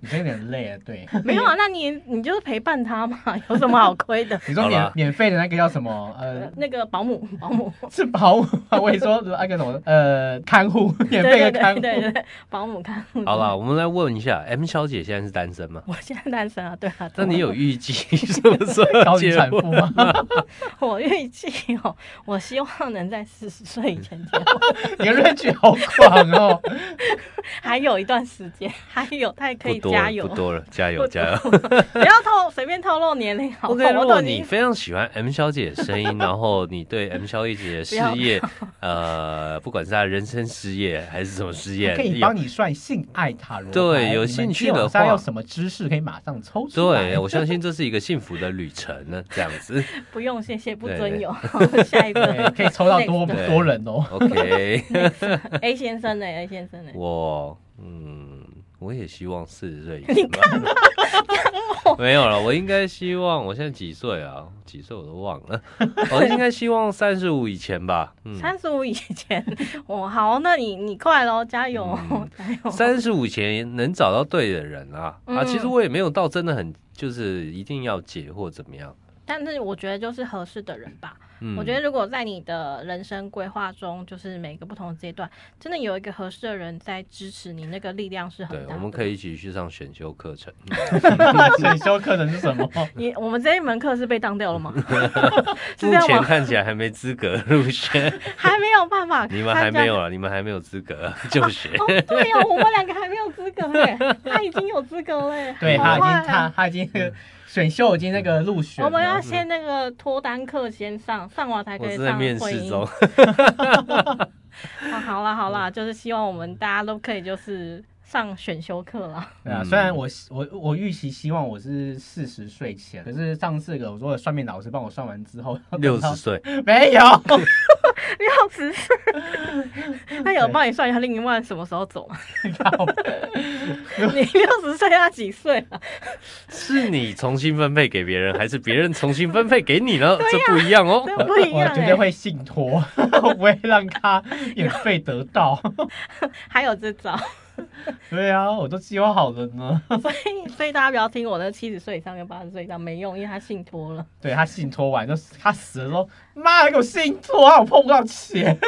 Speaker 4: 你真的有点累啊， 对。
Speaker 5: 没有啊，那你你就是陪伴他嘛，有什么好亏 的？
Speaker 4: 你说
Speaker 6: 好
Speaker 4: 免
Speaker 6: 啦
Speaker 4: 免费的那个叫什么？
Speaker 5: 呃
Speaker 4: 呃，
Speaker 5: 那个保姆，保姆，
Speaker 4: 是保姆啊？我也说那个什么呃看护， 免费的看护。
Speaker 5: 对对对对，保姆看护。
Speaker 6: 好啦，，我们来问一下，M 小姐现在是单身吗？
Speaker 5: 我现在单身啊，对啊。
Speaker 6: 那你
Speaker 5: 对啊
Speaker 6: 有预计什么时 候
Speaker 4: 高龄
Speaker 6: 结
Speaker 4: 产妇
Speaker 6: 婚？
Speaker 4: 吗？
Speaker 5: 我预计哦，我希望能在四十岁以前结婚，
Speaker 4: 你的 range 好广 哦。
Speaker 5: 还有一段时间，还有太可
Speaker 6: 不
Speaker 5: 以
Speaker 6: 多
Speaker 5: 加
Speaker 6: 了，
Speaker 5: 油
Speaker 6: 不，多了，加油
Speaker 5: 不多
Speaker 6: 加油！
Speaker 5: 不要透随便透露年龄，好不
Speaker 6: OK，
Speaker 5: 好？
Speaker 6: 如
Speaker 5: 我都
Speaker 6: 果
Speaker 5: 已
Speaker 6: 你
Speaker 5: 经
Speaker 6: 非常喜欢 M 小姐的声音，然后你对 M 小姐的事业， 呃，不管是她的人生事业还是什么事业，
Speaker 4: 可以
Speaker 6: 有
Speaker 4: 帮你算性爱塔罗牌。
Speaker 6: 对有
Speaker 4: 你们
Speaker 6: 兴趣
Speaker 4: 今晚
Speaker 6: 的
Speaker 4: 上
Speaker 6: 话
Speaker 4: 要什么知识可以马上抽出来？
Speaker 6: 对，我相信这是一个幸福的旅程呢。这样子
Speaker 5: 不用谢谢，不
Speaker 6: 对
Speaker 5: 尊有。下一
Speaker 4: 对，
Speaker 5: 个
Speaker 4: 哎可以抽到 多
Speaker 5: Next
Speaker 6: 对
Speaker 4: 多人哦。
Speaker 6: ，OK，
Speaker 5: A 先生呢？A 先生呢？
Speaker 6: 我嗯，我也希望四十岁以 前吧。没有了，我应该希望我现在几岁啊？几岁我都忘了， 我应该希望三十五以前吧。嗯，
Speaker 5: 三十五以前，哦，好，那你你快喽，加油
Speaker 6: 嗯，
Speaker 5: 加油！
Speaker 6: 三十五前能找到对的人啊、啊！
Speaker 5: 嗯
Speaker 6: 其实我也没有到真的很就是一定要结或怎么样。
Speaker 5: 但是我觉得就是合适的人吧。
Speaker 6: 嗯，
Speaker 5: 我觉得如果在你的人生规划中，就是每个不同的阶段，真的有一个合适的人在支持你，那个力量是很
Speaker 6: 对，
Speaker 5: 大的。
Speaker 6: 我们可以。一起去上选修课程。嗯
Speaker 4: 选修课程是什么？
Speaker 5: 你我们这一门课是被当 掉了吗？ 是
Speaker 6: 目
Speaker 5: 这样
Speaker 6: 前
Speaker 5: 吗？
Speaker 6: 看起来还没资格入学，
Speaker 5: 还没有办法，
Speaker 6: 你们还没有。啊了，你们还没有资格啊就学。
Speaker 5: 哦，对哦，我们两个还没有资格哎，他已经有资格嘞。
Speaker 4: 对他已经
Speaker 5: 好坏
Speaker 4: 他
Speaker 5: 啊
Speaker 4: 他已经选秀已经那个入选了。
Speaker 5: 我们要先那个脱单课先上，上完才
Speaker 6: 我
Speaker 5: 可以
Speaker 6: 正在
Speaker 5: 上
Speaker 6: 面
Speaker 5: 婚
Speaker 6: 试
Speaker 5: 姻
Speaker 6: 中。
Speaker 5: 啊，好啦好啦，就是希望我们大家都可以就是上选修课啦。
Speaker 4: 对啊，
Speaker 6: 嗯
Speaker 4: 虽然我希我我预期希望我是四十岁前，可是上次给我说的算命老师帮我算完之后，
Speaker 6: 六十岁，
Speaker 4: 没有，
Speaker 5: 六 十岁，那有帮你算一下另一半什么时候走吗？ 你六十岁，他几岁啊？
Speaker 6: 是你重新分配给别人，还是别人重新分配给你呢？这不一样哦。
Speaker 5: 这不一
Speaker 4: 我
Speaker 5: 样、
Speaker 4: 绝对
Speaker 5: 欸。
Speaker 4: 会信 托，我不会让他免费得到。
Speaker 5: 还有这招，
Speaker 4: 对啊，我都计划好了呢。
Speaker 5: 所以大家不要听我那七十岁以上跟八十岁以上没用，因为他信托了。
Speaker 4: 对他信托完，就他死了说：“妈，你给我信托，害我碰不到钱。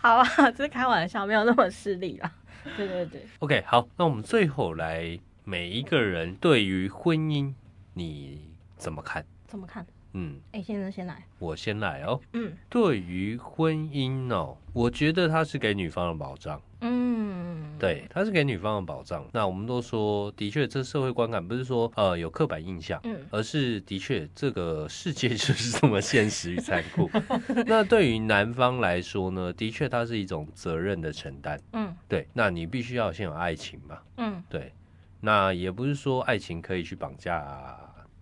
Speaker 5: 好啊，这是开玩笑，没有那么势利 啦。对对对，
Speaker 6: OK，好，那我们最后来每一个人对于婚姻你怎么看？
Speaker 5: 怎么看？
Speaker 6: 嗯，
Speaker 5: 哎、先生先来，
Speaker 6: 我先来哦。
Speaker 5: 嗯
Speaker 6: 对于婚姻哦，我觉得它是给女方的保障。
Speaker 5: 嗯，，
Speaker 6: 对，它是给女方的保障。那我们都说，的确，这社会观感不是说呃有刻板印象，
Speaker 5: 嗯
Speaker 6: 而是的确这个世界就是这么现实与残酷。那对于男方来说呢，的确它是一种责任的承担。
Speaker 5: 嗯
Speaker 6: 对，那你必须要先有爱情嘛。
Speaker 5: 嗯
Speaker 6: 对，那也不是说爱情可以去绑架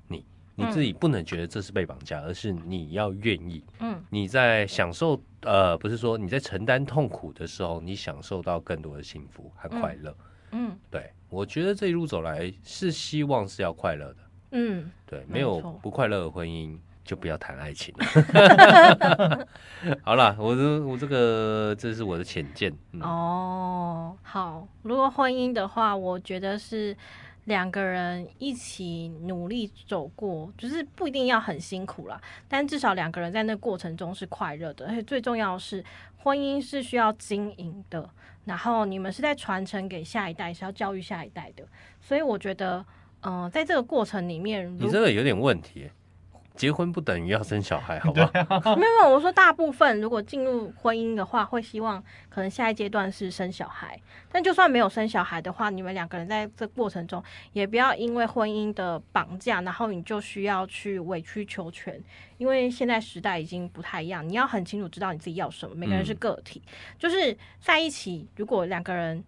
Speaker 6: 你，你自己不能觉得这是被绑架，而是你要愿意。
Speaker 5: 嗯
Speaker 6: 你在享受呃，不是说你在承担痛苦的时候，你享受到更多的幸福和快乐。
Speaker 5: 嗯
Speaker 6: 对我觉得这一路走来是希望是要快乐的，
Speaker 5: 嗯，
Speaker 6: 对，
Speaker 5: 没
Speaker 6: 没有
Speaker 5: 错
Speaker 6: 不快乐的婚姻。就不要谈爱情 了。好啦，我这我这个这是我的浅见。嗯、
Speaker 5: 哦，好。如果婚姻的话，我觉得是两个人一起努力走过，就是不一定要很辛苦啦，但至少两个人在那过程中是快乐的。而且最重要的是，婚姻是需要经营的，然后你们是在传承给下一代，是要教育下一代的。所以我觉得，嗯、在这个过程里面，如
Speaker 6: 你这个有点问题耶，结婚不等于要生小孩，好不好？
Speaker 5: 啊 没有，没有，我说大部分如果进入婚姻的话，会希望可能下一阶段是生小孩。但就算没有生小孩的话，你们两个人在这过程中，也不要因为婚姻的绑架，然后你就需要去委曲求全，因为现在时代已经不太一样，你要很清楚知道你自己要什么。每个人是
Speaker 6: 嗯
Speaker 5: 个体，就是在一起，如果两个人。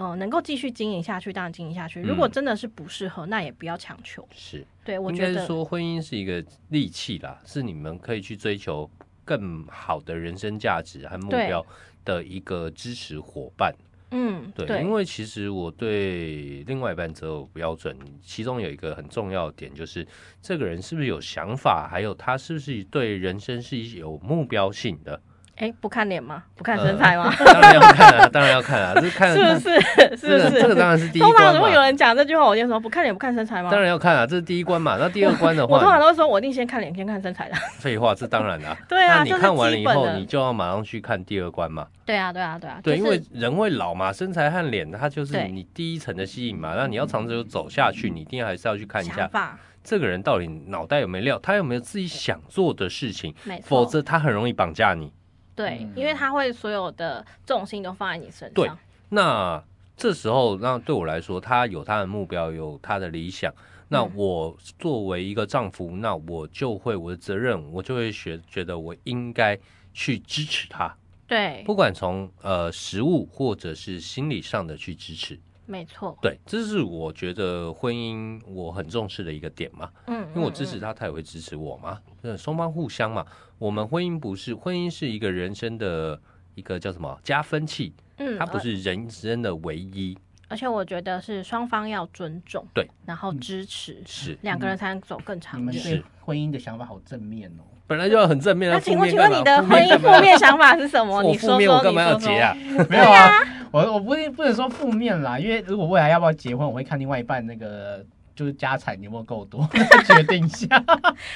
Speaker 5: 嗯、能够继续经营下去，当然经营下去。如果
Speaker 6: 嗯
Speaker 5: 真的是不适合，那也不要强求。
Speaker 6: 是，
Speaker 5: 对我
Speaker 6: 应
Speaker 5: 觉
Speaker 6: 该是
Speaker 5: 得，
Speaker 6: 说婚姻是一个利器啦，是你们可以去追求更好的人生价值和目
Speaker 5: 对
Speaker 6: 标的一个支持伙伴。
Speaker 5: 嗯，
Speaker 6: 对，
Speaker 5: 对
Speaker 6: 因，为其实我对另外一半择偶标准，其中有一个很重要的点，就是这个人是不是有想法，还有他是不是对人生是有目标性的。
Speaker 5: 哎，不看脸吗？不看
Speaker 6: 呃
Speaker 5: 身材吗？
Speaker 6: 当然要看啊，当然要看啊，这看
Speaker 5: 是不
Speaker 6: 看
Speaker 5: 是？是
Speaker 6: 这个
Speaker 5: 不是？
Speaker 6: 这 个当然是第一
Speaker 5: 通常
Speaker 6: 关
Speaker 5: 如
Speaker 6: 嘛
Speaker 5: 果有。人讲这句话，我就说不看脸不看身材吗？
Speaker 6: 当然要看啊，这是第一关嘛。那第二关的
Speaker 5: 我通常
Speaker 6: 话，
Speaker 5: 都会说我一定先看脸，先看 身材的。
Speaker 6: 废话，这当然啦、
Speaker 5: 对啊，
Speaker 6: 那你
Speaker 5: 就是
Speaker 6: 看完了
Speaker 5: 基
Speaker 6: 以
Speaker 5: 本
Speaker 6: 后，
Speaker 5: 的
Speaker 6: 你就要马上去看第二关嘛。
Speaker 5: 对啊，对啊，对啊，
Speaker 6: 对，
Speaker 5: 就
Speaker 6: 因
Speaker 5: 是
Speaker 6: 为人会老嘛，身材和脸，它就是
Speaker 5: 对
Speaker 6: 你第一层的吸引嘛。那你要长久走下去，你一定还是要去看一
Speaker 5: 想
Speaker 6: 下
Speaker 5: 法，
Speaker 6: 这个人到底脑袋有没有料，他有没有自己想做的事情，
Speaker 5: 没
Speaker 6: 否
Speaker 5: 错，
Speaker 6: 则他很容易绑架你。
Speaker 5: 对
Speaker 4: 嗯，
Speaker 5: 因为他会所有的重心都放在你身
Speaker 6: 对
Speaker 5: 上。
Speaker 6: 那这时候，那对我来说，他有他的目标，有他的理想。那
Speaker 5: 嗯
Speaker 6: 我作为一个丈夫，那我就会我的责任，我就会学觉得我应该去支持他。
Speaker 5: 对，
Speaker 6: 不管从呃食物或者是心理上的去支持，
Speaker 5: 没错，
Speaker 6: 对，这是我觉得婚姻我很重视的一个点嘛，
Speaker 5: 嗯，
Speaker 6: 因为我支持
Speaker 5: 嗯，
Speaker 6: 他，他也会支持我嘛，呃，双方互相嘛。我们婚姻不是婚姻是一个人生的一个叫什么加分器，
Speaker 5: 嗯，嗯
Speaker 6: 它不，是人生的唯一，
Speaker 5: 而而且我觉得是双方要尊重，
Speaker 6: 对，
Speaker 5: 然后支持，
Speaker 6: 是嗯
Speaker 5: 两个人才能走更”
Speaker 4: 你
Speaker 5: 长
Speaker 4: 们
Speaker 5: 远。
Speaker 4: 对婚姻的想法好正面哦。
Speaker 6: 本来就要很正面
Speaker 5: 那
Speaker 6: 的。
Speaker 5: 请
Speaker 6: 负
Speaker 5: 问，
Speaker 6: 面
Speaker 5: 请
Speaker 6: 干
Speaker 5: 问
Speaker 6: 嘛
Speaker 5: 你的
Speaker 6: 负面干
Speaker 5: 婚姻
Speaker 6: 嘛
Speaker 5: 负面想法是什么？
Speaker 6: 我
Speaker 5: 你
Speaker 6: 负
Speaker 5: 说
Speaker 6: 面我
Speaker 5: 说，
Speaker 6: 干
Speaker 5: 你
Speaker 6: 嘛要
Speaker 5: 说
Speaker 6: 结
Speaker 5: 说。
Speaker 6: 啊？
Speaker 4: 没有啊，我我不不能说负面啦，因为如果未来要不要结婚，我会看另外一半那个就是家产有没有够多， 决定一下。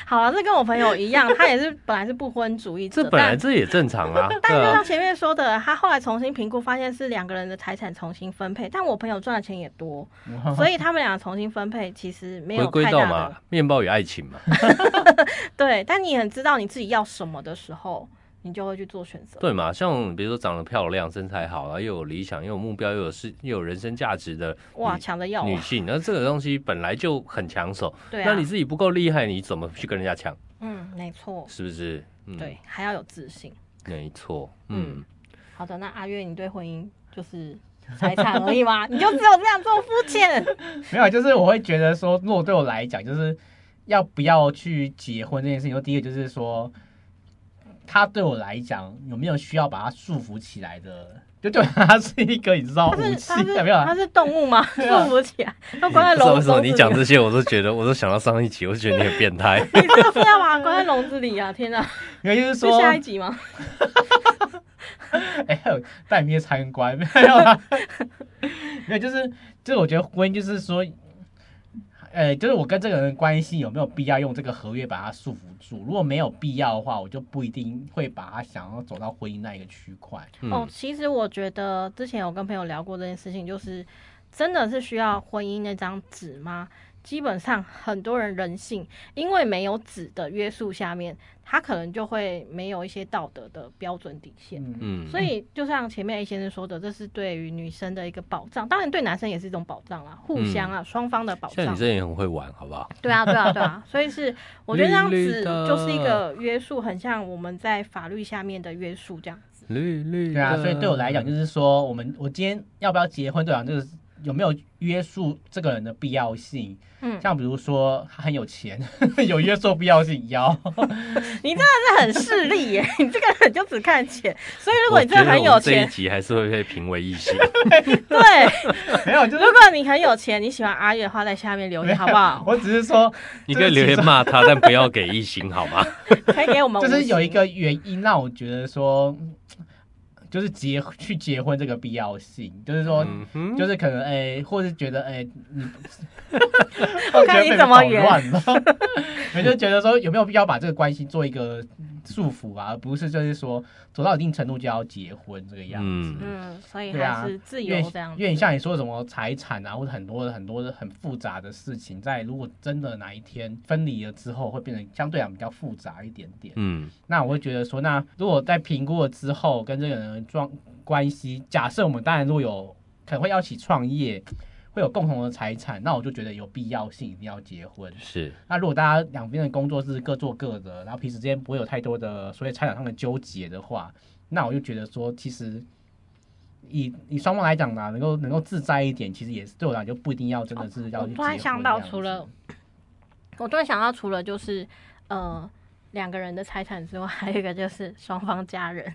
Speaker 5: 好了，这跟我朋友一 样，他也是本来是不婚主义者，
Speaker 6: 这本来
Speaker 5: 但
Speaker 6: 这也正常啊，对
Speaker 5: 但就
Speaker 6: 啊
Speaker 5: 像，前面说的，他后来重新评估，发现是两个人的财产重新分配。但我朋友赚的钱也多，所以他们俩重新分配其实没
Speaker 6: 回
Speaker 5: 有
Speaker 6: 归
Speaker 5: 太
Speaker 6: 到
Speaker 5: 大的
Speaker 6: 嘛面包与爱情嘛。
Speaker 5: 对。但你很知道你自己要什么的时候，你就会去做选择。
Speaker 6: 对嘛？像比如说长得漂亮、身材好啊，又有理想、又有目标、又有事、又有人生价值的
Speaker 5: 哇，
Speaker 6: 女
Speaker 5: 抢着要
Speaker 6: 女
Speaker 5: 啊！
Speaker 6: 性，那这个东西本来就很抢手。
Speaker 5: 对啊
Speaker 6: 那，你自己不够厉害，你怎么去跟人家抢？
Speaker 5: 嗯，没错，
Speaker 6: 是不是？嗯，
Speaker 5: 对，，还要有自信。
Speaker 6: 没错。嗯，
Speaker 5: 好的，那阿月，你对婚姻就是财产而 已吗？你就只有这样这么肤浅？
Speaker 4: 没有，啊就是我会觉得说，如果对我来讲，就是要不要去结婚这件事情，就第一个就是说，他对我来讲有没有需要把它束缚起来的，就对他是一个你知道
Speaker 5: 他
Speaker 4: 武
Speaker 5: 是
Speaker 4: 器，
Speaker 5: 他是
Speaker 4: 有没有啊？
Speaker 5: 他是动物 吗？
Speaker 4: 对啊
Speaker 5: 束缚起来，他
Speaker 6: 不
Speaker 5: 关在
Speaker 6: 知道
Speaker 5: 笼
Speaker 6: 为
Speaker 5: 子
Speaker 6: 什
Speaker 5: 里啊
Speaker 6: 么
Speaker 5: 面。
Speaker 6: 你讲这些，我都觉得，我 都想到上一集，我就觉得你很变 态。
Speaker 5: 你 真的是要把它关在笼子里啊！天哪，
Speaker 4: 因为就是
Speaker 5: 是
Speaker 4: 说，
Speaker 5: 下一集吗？
Speaker 4: 哎、还有带你面参观 没有啦？没有，就是就是我觉得婚姻就是说，呃，就是我跟这个人的关系有没有必要用这个合约把它束缚住？如果没有必要的话，我就不一定会把它想要走到婚姻那一个区块。
Speaker 5: 哦
Speaker 6: 嗯，，
Speaker 5: 其实我觉得之前有跟朋友聊过这件事情，就是真的是需要婚姻那张纸吗？基本上很多人人性，因为没有纸的约束下面，他可能就会没有一些道德的标准底线。
Speaker 4: 嗯，
Speaker 6: 嗯，
Speaker 5: 所以，就像前面 A 先生说的，这是对于女生的一个保障，当然对男生也是一种保障啦，互相啊，双方的保
Speaker 6: 嗯像
Speaker 5: 障
Speaker 6: 你。这也很会玩，好不好？
Speaker 5: 对啊，对啊，对啊，所以是我觉得这样
Speaker 6: 绿绿
Speaker 5: 子
Speaker 6: 的
Speaker 5: 就是一个约束，很像我们在法律下面的约束这样子。
Speaker 6: 绿绿
Speaker 4: 对啊，所以对我来讲，就是说，我们我今天要不要结婚，对我来讲就是有没有约束这个人的必要性。
Speaker 5: 嗯，
Speaker 4: 像比如说他很有钱， 有约束必要性要。
Speaker 5: 你真的是很势利耶！ 你这个人就只看钱，所以如果你真的很
Speaker 6: 我
Speaker 5: 有
Speaker 6: 觉得我们这一
Speaker 5: 钱，
Speaker 6: 集还是会被评为异 性。
Speaker 5: 对，
Speaker 4: 没有，就
Speaker 5: 如
Speaker 4: 是
Speaker 5: 果你很有钱，你喜欢阿月的话，在下面留言好不好？
Speaker 4: 我只是说，
Speaker 6: 你可以留言骂他，但不要给异性，好 吗？
Speaker 5: 可以给我们
Speaker 4: 就是有一
Speaker 5: 五
Speaker 4: 个原因让我觉得说，嗯就是结去结婚这个必要性，就是说。
Speaker 6: 嗯哼，
Speaker 4: 就是可能哎、或是觉得哎、 你
Speaker 5: 我看你怎么圆
Speaker 4: 乱了， 我就觉得说有没有必要把这个关系做一个束缚啊，而不是就是说走到一定程度就要结婚这个样子。
Speaker 5: 星，
Speaker 6: 嗯，
Speaker 5: 嗯，所以
Speaker 4: 对啊
Speaker 5: 还是自由
Speaker 4: 越
Speaker 5: 这样子。
Speaker 4: 越你像你说什么财产啊，或者很多很多很复杂的事情，在如果真的哪一天分离了之后，会变得相对来讲比较复杂一点点。
Speaker 6: 嗯，
Speaker 4: 那我会觉得说，那如果在评估了之后，跟这个人的状关系，假设我们当然如果有可能会要一起创业，会有共同的财产，那我就觉得有必要性一定要结婚。
Speaker 6: 是，
Speaker 4: 那如果大家两边的工作是各做各的，然后彼此之间不会有太多的所谓财产上的纠结的话，那我就觉得说，其实以以双方来讲呢、能够能够自在一点，其实也是对我来讲就不一定要真的是要
Speaker 5: 我
Speaker 4: 去结婚这样子、
Speaker 5: 哦突然想到，除了我突然想到，除了就是呃两个人的财产之外，还有一个就是双方家 人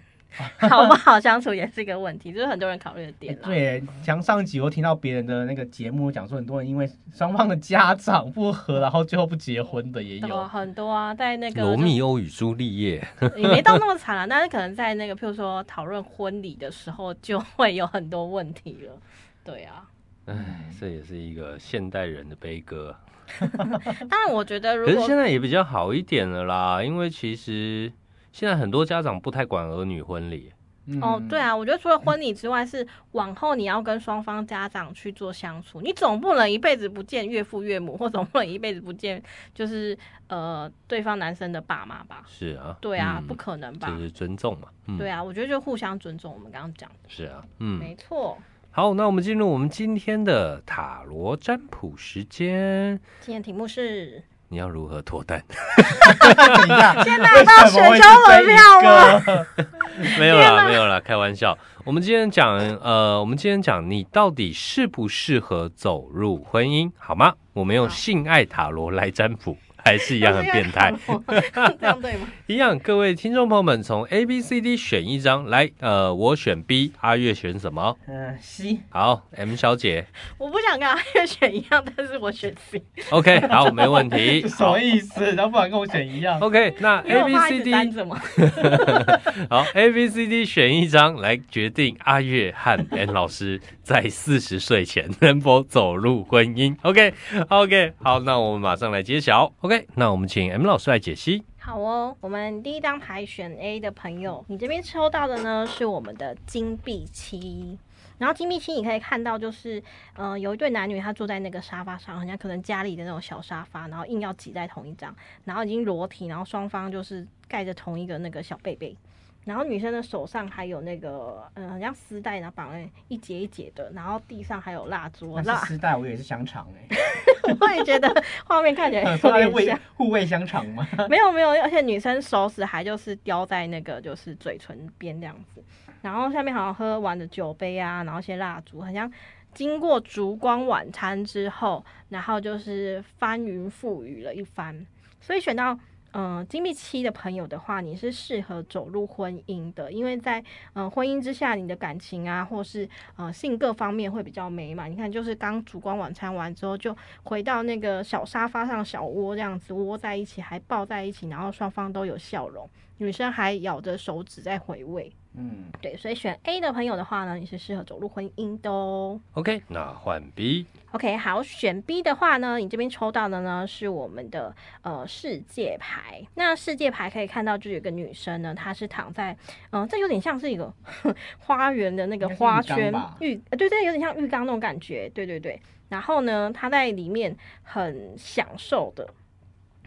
Speaker 5: 好不好相处也是一个问题，这是很多人考虑的
Speaker 4: 欸
Speaker 5: 点啦。
Speaker 4: 对，像上集我听到别人的那个节目讲说，很多人因为双方的家长不和，然后最后不结婚的也
Speaker 5: 有
Speaker 4: 有。
Speaker 5: 很多啊，在那个
Speaker 6: 罗
Speaker 5: 就是
Speaker 6: 密欧与朱丽叶，
Speaker 5: 也没到那么惨了、但是可能在那个，譬如说讨论婚礼的时候，就会有很多问题了。对啊，
Speaker 6: 哎，这也是一个现代人的悲歌。
Speaker 5: 当然我觉得
Speaker 6: 可
Speaker 5: 如
Speaker 6: 是现
Speaker 5: 果
Speaker 6: 在也比较好一点了啦，因为其实现在很多家长不太管儿女婚礼，
Speaker 4: 嗯
Speaker 5: 哦，对，啊，我觉得除了婚礼之外，是往后你要跟双方家长去做相处，你总不能一辈子不见岳父岳母，或总不能一辈子不见就是呃对方男生的爸妈吧？
Speaker 6: 是啊，
Speaker 5: 对啊，
Speaker 6: 嗯
Speaker 5: 不可能吧
Speaker 6: 就？是尊重嘛，嗯，
Speaker 5: 对，啊，我觉得就互相尊重，我们刚刚讲的，
Speaker 6: 是啊，嗯，
Speaker 5: 没错。
Speaker 6: 好，那我们进入我们今天的塔罗占卜时间。
Speaker 5: 今天题目是
Speaker 6: 你要如何脱单？
Speaker 4: 等一 下，现在
Speaker 5: 到选修门票
Speaker 4: 吗？
Speaker 6: 没有啦，没有啦，开玩笑。我们今天讲，呃，我们今天讲你到底适不适合走入婚姻，好吗？我们用
Speaker 5: 好
Speaker 6: 性爱塔罗来占卜，还是一样很变 态。
Speaker 5: 这样对吗？
Speaker 6: 一样，各位听众朋友们，从 A、B、C、D 选一张来，呃，我选 B，阿月选什么？
Speaker 4: 嗯，西，
Speaker 6: 好，M 小姐
Speaker 5: 我不想跟阿月选一样，但是我选 C。
Speaker 6: ，OK，好， 没问题
Speaker 4: 这。什
Speaker 6: 好
Speaker 4: 么意思？然后不然跟我选一样。
Speaker 6: ，OK，那
Speaker 5: 因为
Speaker 6: A、
Speaker 5: 我
Speaker 6: B、
Speaker 5: 怕一
Speaker 6: C、
Speaker 5: 直
Speaker 6: D，
Speaker 5: 单着嘛。
Speaker 6: 好，A、B、C、D 选一张来决定阿月和 N 老师在四十岁前能否走入婚姻。OK，OK，、好，那我们马上来揭晓。OK，那我们请 M 老师来解析。
Speaker 5: 好哦，我们第一张牌选 A 的朋友，你这边抽到的呢是我们的金币七。然后金币七，你可以看到，就是，呃，有一对男女，他坐在那个沙发上，人家可能家里的那种小沙发，然后硬要挤在同一张，然后已经裸体，然后双方就是盖着同一个那个小被被，然后女生的手上还有那个，嗯、呃，很像丝带，然后绑了一节一节的，然后地上还有蜡烛，
Speaker 4: 那
Speaker 5: 蜡
Speaker 4: 是，丝 带，我以为是香肠
Speaker 5: 我也觉得画面看起来
Speaker 4: 哎，
Speaker 5: 有
Speaker 4: 说在
Speaker 5: 点
Speaker 4: 喂
Speaker 5: 像。
Speaker 4: 护卫香肠吗？
Speaker 5: 没有没有，而且女生手指还就是叼在那个就是嘴唇边这样子，然后下面好像喝完的酒杯啊，然后一些蜡烛，好像经过烛光晚餐之后，然后就是翻云覆雨了一番。所以选到嗯、呃金币七的朋友的话，你是适合走入婚姻的，因为在嗯、呃婚姻之下，你的感情啊，或是呃性各方面会比较美满。你看，就是刚烛光晚餐完之后，就回到那个小沙发上小窝这样子窝在一起，还抱在一起，然后双方都有笑容，女生还咬着手指在回味。
Speaker 4: 嗯，
Speaker 5: 对，所以选 A 的朋友的话呢，你是适合走入婚姻的哦。
Speaker 6: OK，那换 B。
Speaker 5: OK，好，选 B 的话呢，你这边抽到的呢是我们的呃世界牌。那世界牌可以看到，就有一个女生呢，她是躺在，嗯、这有点像是一个 花园的那个
Speaker 4: 应该是
Speaker 5: 花
Speaker 4: 浴缸
Speaker 5: 圈
Speaker 4: 吧
Speaker 5: 浴，呃对对，有点像浴缸那种感觉，对对对。然后呢，她在里面很享受的，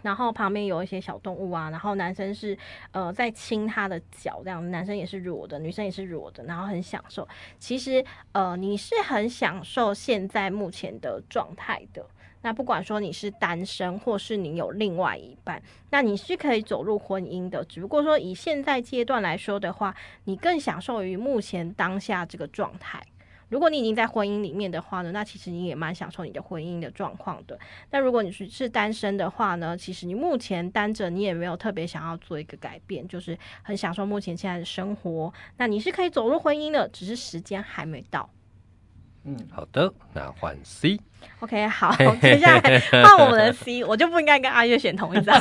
Speaker 5: 然后旁边有一些小动物啊，然后男生是呃在亲她的脚，这样男生也是裸的，女生也是裸的，然后很享受。其实呃你是很享受现在目前的状态的。那不管说你是单身，或是你有另外一半，那你是可以走入婚姻的。只不过说以现在阶段来说的话，你更享受于目前当下这个状态。如果你已经在婚姻里面的话呢，那其实你也蛮享受你的婚姻的状况的。那如果你是是单身的话呢，其实你目前单着，你也没有特别想要做一个改变，就是很享受目前现在的生活。那你是可以走入婚姻的，只是时间还没到。
Speaker 4: 嗯，
Speaker 6: 好的，那换 C。
Speaker 5: OK，好，接下来换我们的 C，我就不应该跟阿月选同一张。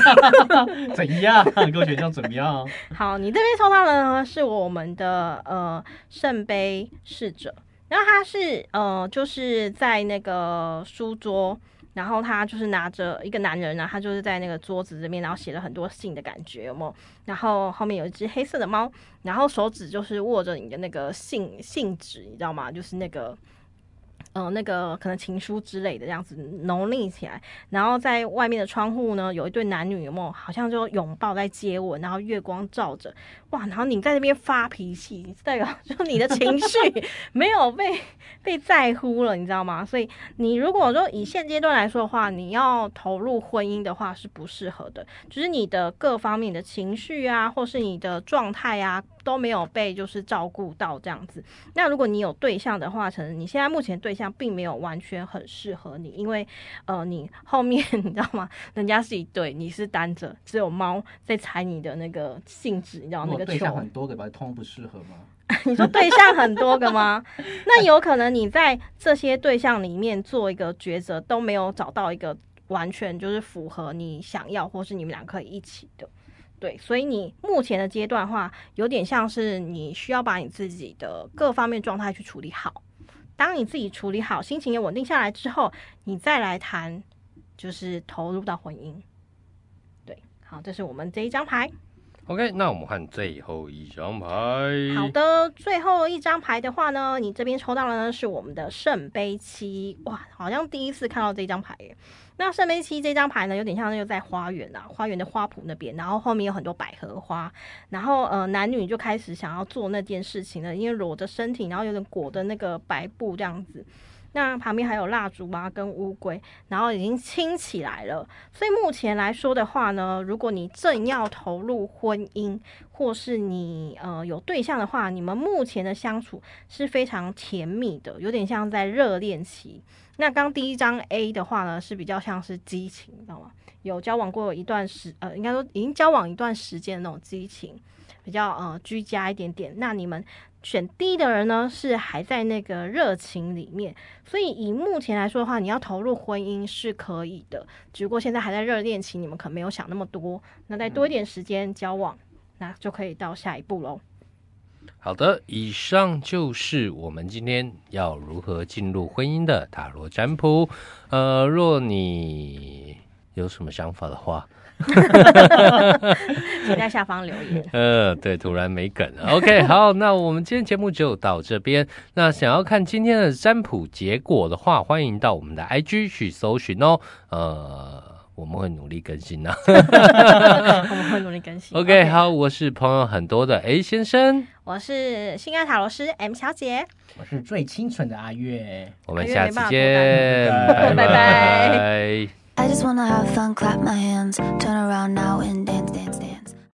Speaker 4: 怎样？ 各位选项怎么样？
Speaker 5: 好，你这边抽到的呢是我们的呃圣杯侍者，然后他是呃就是在那个书桌，然后他就是拿着一个男人呢、啊他就是在那个桌子这边，然后写了很多信的感觉，有没有？然后后面有一只黑色的猫，然后手指就是握着你的那个信信纸，你知道吗？就是那个。呃，那个可能情书之类的这样子蹂躏起来，然后在外面的窗户呢，有一对男女，有没有？好像就拥抱在接吻，然后月光照着，哇！然后你在那边发脾气，代表就你的情绪没有被被在乎了，你知道吗？所以你如果说以现阶段来说的话，你要投入婚姻的话是不适合的，就是你的各方面的情绪啊，或是你的状态啊，都没有被就是照顾到这样子。那如果你有对象的话，可能你现在目前对象并没有完全很适合你，因为呃，你后面你知道吗？人家是一对，你是单着，只有猫在踩你的那个性质，你知道
Speaker 4: 如
Speaker 5: 那
Speaker 4: 果
Speaker 5: 个
Speaker 4: 对
Speaker 5: 球。
Speaker 4: 象很多个吧，通不适合吗？
Speaker 5: 你说对象很多个吗？那有可能你在这些对象里面做一个抉择，都没有找到一个完全就是符合你想要，或是你们俩可以一起的。对，所以你目前的阶段的话，有点像是你需要把你自己的各方面状态去处理好。当你自己处理好，心情也稳定下来之后，你再来谈，就是投入到婚姻。对，好，这是我们这一张牌。
Speaker 6: OK，那我们换最后一张牌。
Speaker 5: 好的，最后一张牌的话呢，你这边抽到的呢是我们的圣杯七，哇，好像第一次看到这张牌耶。那圣杯七这张牌呢，有点像又在花园啊，花园的花圃那边，然后后面有很多百合花，然后呃，男女就开始想要做那件事情了，因为裸着身体，然后有点裹着那个白布这样子。那旁边还有蜡烛啊，跟乌龟，然后已经亲起来了。所以目前来说的话呢，如果你正要投入婚姻，或是你呃有对象的话，你们目前的相处是非常甜蜜的，有点像在热恋期。那刚第一张 A 的话呢，是比较像是激情，你知道吗？有交往过一段时，呃，应该说已经交往一段时间的那种激情，比较呃居家一点点。那你们选 D 的人呢，是还在那个热情里面，所以以目前来说的话，你要投入婚姻是可以的，只不过现在还在热恋期，你们可能没有想那么多。那再多一点时间交往，那就可以到下一 步喽。
Speaker 6: 好的，以上就是我们今天要如何进入婚姻的塔罗占卜。呃，若你有什么想法的话，
Speaker 5: 请在下方留 言。
Speaker 6: 呃，对，突然没梗了。OK，好，那我们今天节目就到这边。那想要看今天的占卜结果的话，欢迎到我们的 IG 去搜寻哦。呃，我们会努力更新的、
Speaker 5: 我们会努力更新。
Speaker 6: OK，，好，我是朋友很多的 A 先生，
Speaker 5: 我是性爱塔罗师 M 小姐，
Speaker 4: 我是最清纯的阿月，
Speaker 6: 我们
Speaker 5: 哎呦
Speaker 6: 下
Speaker 5: 没
Speaker 6: 次
Speaker 5: 办法
Speaker 6: 见，
Speaker 4: 脱单
Speaker 6: 拜
Speaker 5: 拜拜
Speaker 6: 拜
Speaker 2: I just wanna have fun, clap my hands, turn around now and dance, dance, dance.